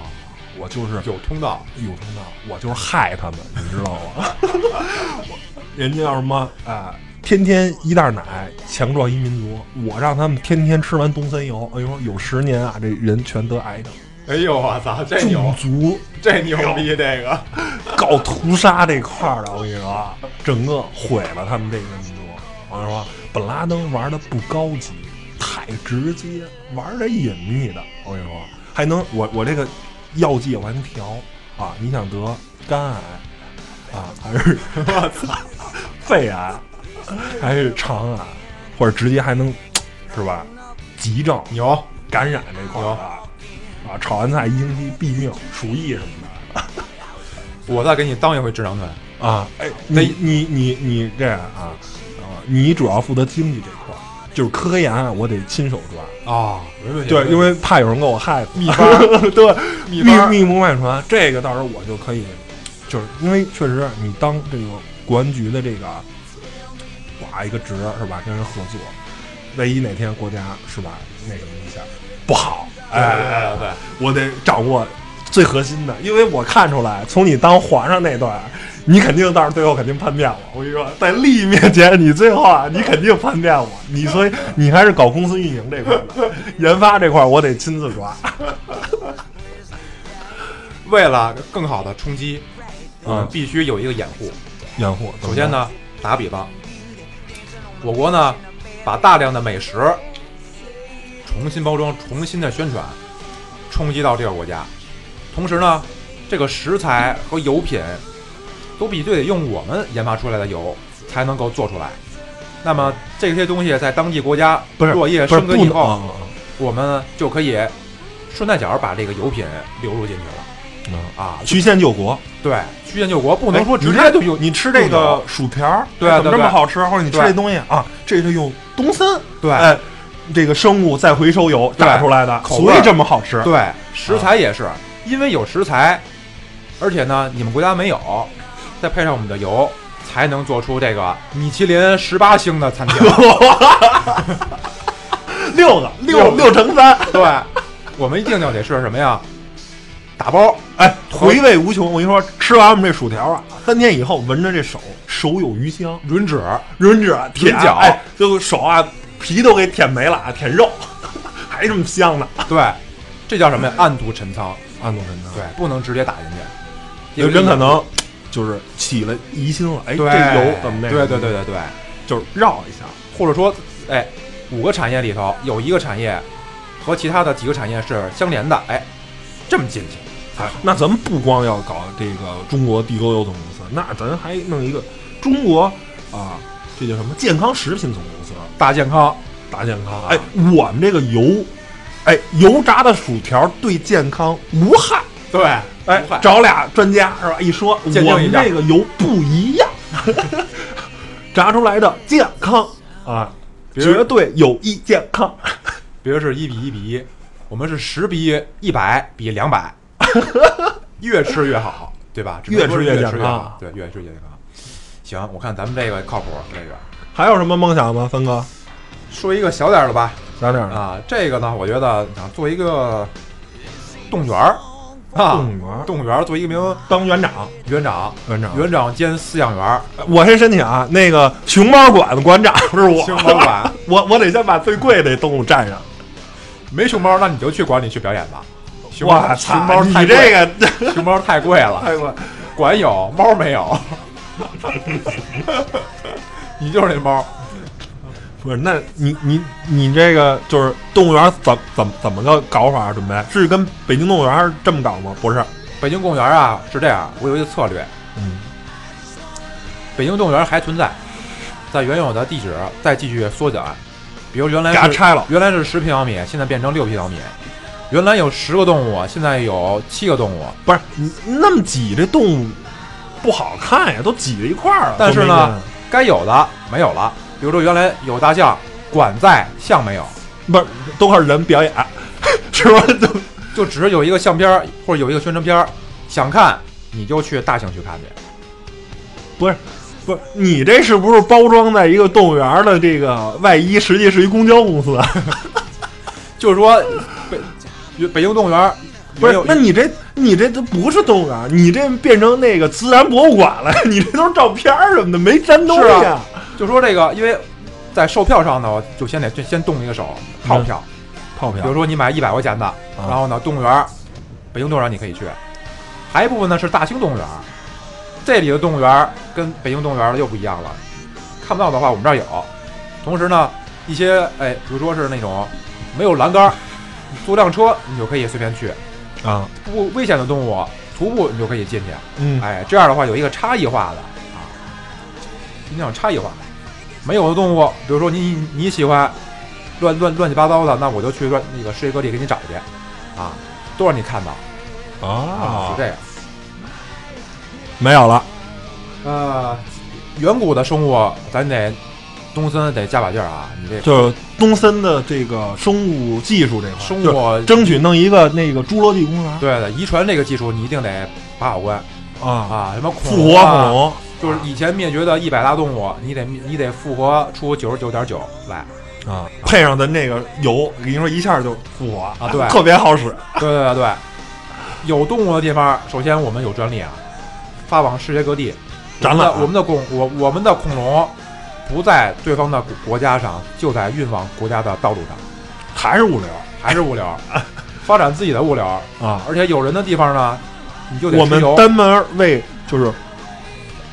我就是有通道，有通道，我就是害他们，你知道吗？我人家要什么啊、天天一袋奶强壮一民族，我让他们天天吃完东森油，哎呦，有十年啊，这人全得癌症，哎呦我操，这种牛族这牛逼，这个搞屠杀这块儿的，我跟你说啊，整个毁了他们这个民族。我跟你说，本拉登玩的不高级，太直接，玩的隐秘的。我跟你说，还能我我这个药剂完调啊，你想得肝癌啊，还是啊我操肺癌，还是肠癌，或者直接还能是吧？急症牛，感染这块儿啊，啊，炒完菜一星期毙命、鼠疫什么的。我再给你当一回智囊团，啊，哎，你你你你这样啊，啊，你主要负责经济这块儿，就是科研啊，我得亲手抓。啊，没问题对，因为怕有人给我害密发， 对，密密班密不外传，这个到时候我就可以，就是因为确实你当这个国安局的这个挂一个职是吧，跟人合作，万一哪天国家是吧那什么一下不好，对哎，对对对，我得掌握最核心的，因为我看出来，从你当皇上那段儿，你肯定到时候最后肯定叛变我。我跟你说，在利益面前，你最后啊，你肯定叛变我。你所以你还是搞公司运营这块儿的，研发这块儿我得亲自抓。为了更好的冲击，我们嗯，必须有一个掩护。掩护。首先，呢，打比方，我国呢把大量的美食重新包装、重新的宣传，冲击到这个国家。同时呢，这个食材和油品都必须得用我们研发出来的油才能够做出来。那么这些东西在当地国家不是落叶不是生根不以能后，啊我们就可以顺带脚把这个油品流入进去了啊啊啊！曲线救国，对，曲线救国不能说哎直你接看就有你吃这个薯条儿，对哎啊怎么对这么对好吃？或者你吃对这东西啊，这是用东森对。啊哎，这个生物再回收油对啊榨出来的，口味所儿以这么好吃。对，食材也是，因为有食材，而且呢，你们国家没有，再配上我们的油，才能做出这个米其林十八星的餐厅。 六个六六乘三，对，我们一定就得是什么呀？打包，哎，回味无穷。我跟你说，吃完我们这薯条啊，三天以后闻着这手，手有余香，吮指，吮指舔脚哎，最后手啊皮都给舔没了，啊，舔肉， 还这么香呢。对，这叫什么呀？暗度陈仓，安东啊神呢？对，不能直接打进去。有人可能就是起了疑心了，哎，这对油怎么那对个？对对，对对，就是绕一下。或者说，哎，五个产业里头有一个产业和其他的几个产业是相连的，哎，这么进去，哎，那咱们不光要搞这个中国地沟油总公司，那咱还弄一个中国啊，这叫什么健康食品总公司？大健康。大健康。哎，我们这个油，哎，油炸的薯条对健康无害。对，哎无害，找俩专家是吧？一说我鉴定一们下这个油不一样， 炸出来的健康啊，别人绝对有益健康。 别人是一比一比一，我们是十比一，一百比 两百，越吃越好，对吧？只能说是越吃越越吃健越好康，对，越吃越健康。行，我看咱们这个靠谱，这个还有什么梦想吗，森哥？说一个小点儿的吧，想点儿啊，这个呢，我觉得想做一个动物园儿啊，动物园儿动物园儿做一名当园长，园长，园长园长兼饲养员儿，我先申请啊，那个熊猫馆的馆长是我，熊猫馆 我我得先把最贵的动物占上。没熊猫，那你就去馆里去表演吧。熊我猫，熊操，猫你太贵这个熊猫太贵了，太贵。 管有猫没有， 你就是那猫。 不是，那你你你这个就是动物园怎怎怎么个搞法啊？准备是跟北京动物园这么搞吗？不是，北京公园啊是这样，我有一个策略。嗯，北京动物园还存在，在原有的地址再继续缩减，比如原来给它是拆了原来是十平方米，现在变成六平方米。原来有十个动物，现在有七个动物。不是你那么挤，这动物不好看呀，都挤在一块儿了。但是都没呢，该有的没有了。比如说原来有大象，馆在象没有，人，不是都开始人表演， 是吧？就就只是有一个相片儿或者有一个宣传片儿，想看你就去大兴区看去。不是你这是不是包装在一个动物园的这个外衣，实际是一公交公司？ 就是说，北北京动物园儿不没是有？那你这你这都不是动物园，你这变成那个自然博物馆了，你这都是照片儿什么的，没沾东西、是啊就说这个，因为在售票上呢，就先得就先动一个手套票。套比如票说你买一百块钱的，然后呢，动物园儿，北京动物园儿你可以去，还有一部分呢是大兴动物园儿，这里的动物园儿跟北京动物园儿的又不一样了。看不到的话，我们这儿有。同时呢，一些哎，比如说是那种没有栏杆儿，你租辆车你就可以随便去，啊，不危险的动物徒步你就可以进去。嗯，哎，这样的话有一个差异化的啊，一定要差异化。没有的动物，比如说你你你喜欢乱乱乱七八糟的，那我就去乱那个世界各地给你找去，啊，都让你看到哦啊，是这样。没有了，呃，远古的生物，咱得东森得加把劲儿啊，你这就是东森的这个生物技术这块儿，生就是物争取弄一个那个侏罗纪公园对的遗传这个技术你一定得把好关啊，啊，什么复恐活龙啊恐龙，就是以前灭绝的一百大动物，你得你得复活出九十九点九来。啊，配上咱这个油，跟你说一下就复活啊对特别好使。 对对对对，有动物的地方，首先我们有专利啊，发往世界各地展览啊我们的我们的恐我我们的恐龙不在对方的国国家上，就在运往国家的道路上，还是物流还是物流， 发展自己的物流，啊。而且有人的地方呢，你就得我吃们油单门为就是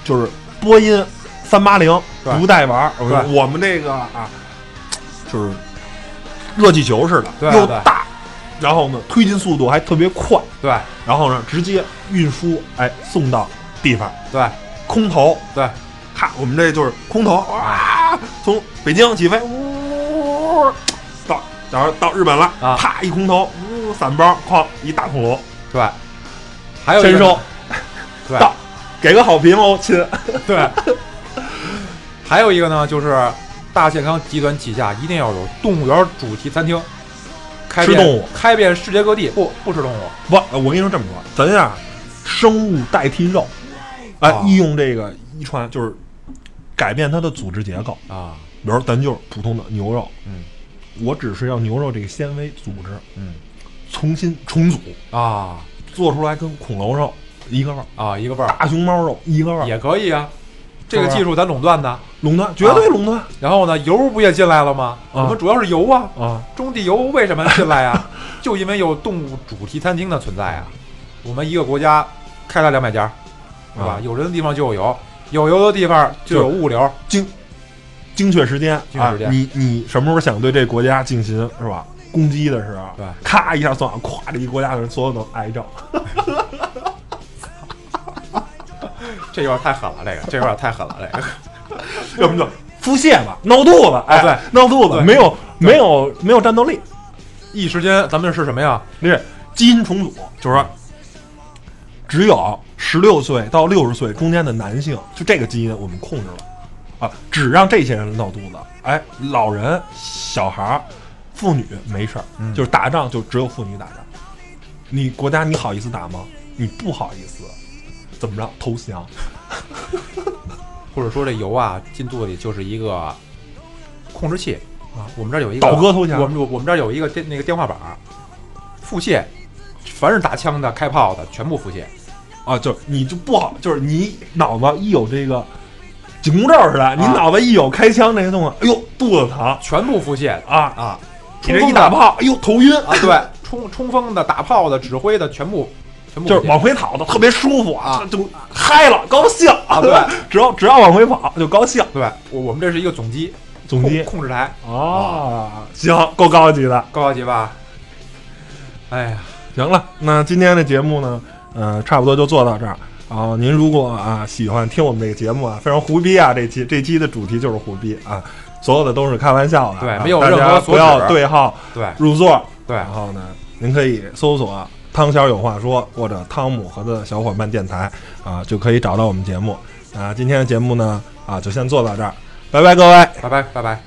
就是波音三八零对不带玩儿，我对我们这个啊，就是热气球似对的，又对大，然后呢推进速度还特别快，对然后呢直接运输哎送到地方，对空投对，哈，我们这就是空投嗯啊，从北京起飞，呜、到然后到日本了，啊啪一空投，呜、散包，哐一大恐龙，对，还有一个签收，对到，给个好评哦，亲， 对，还有一个呢，就是大健康集团旗下一定要有动物园主题餐厅，开吃遍动物开遍世界各地，不不吃动物。不，我跟你说这么说，咱呀，生物代替肉，哎，啊利用这个遗传就是改变它的组织结构，啊，比如咱就是普通的牛肉，嗯我只是要牛肉这个纤维组织嗯重新重组，啊做出来跟恐龙肉一个味儿，啊，一个味儿大熊猫肉一个味儿，也可以啊，这个是吧技术咱垄断的。垄断绝对垄断然后呢，油不也进来了吗？啊我们主要是油啊，啊！中地油为什么进来啊？ 就因为有动物主题餐厅的存在啊。我们一个国家开了两百家，是吧？啊有人的地方就有油，有油的地方就有物流。精精确时间，精确时间啊、你你什么时候想对这国家进行是吧攻击的时候，对咔一下算，咵这一国家的人所有都癌症，这有点太狠了，这个这有点太狠了，这个 要不就腹泻吧，闹肚子，哎，啊闹肚子对没有对没有没有战斗力，一时间咱们是什么呀？这是基因重组，就是说只有十六岁到六十岁中间的男性，就这个基因我们控制了啊，只让这些人闹肚子，哎，老人、小孩儿、妇女没事儿，嗯就是打仗就只有妇女打仗，你国家你好意思打吗？你不好意思，怎么着投降？或者说这油啊进肚子里就是一个控制器啊。我们这儿有一个倒戈投降我们我我们这儿有一个电那个电话板儿，腹泻，凡是打枪的、开炮的全部腹泻。啊，就是你就不好，就是你脑子一有这个紧箍咒似的，你脑子一有开枪这些动作，哎呦肚子疼全部腹泻啊，啊！你这一打炮，哎呦头晕，啊，对，冲冲锋的、打炮的、指挥的，全部全部就是腹泻往回跑的特别舒服啊，就嗨了，高兴啊对，只要只要往回跑就高兴，对我我们这是一个总机，总机控控制台，啊，行，够高级的，高级吧？哎呀，行了，那今天的节目呢，呃，差不多就做到这儿。啊，您如果啊喜欢听我们这个节目啊，非常胡逼啊，这期这期的主题就是胡逼啊，所有的都是开玩笑的，对啊没有大任何家所不要指对号对入座。对啊然后呢，您可以搜索“汤小有话说”或者“汤姆和他的小伙伴电台”啊，就可以找到我们节目。啊，今天的节目呢啊就先做到这儿，拜拜各位。拜拜拜拜。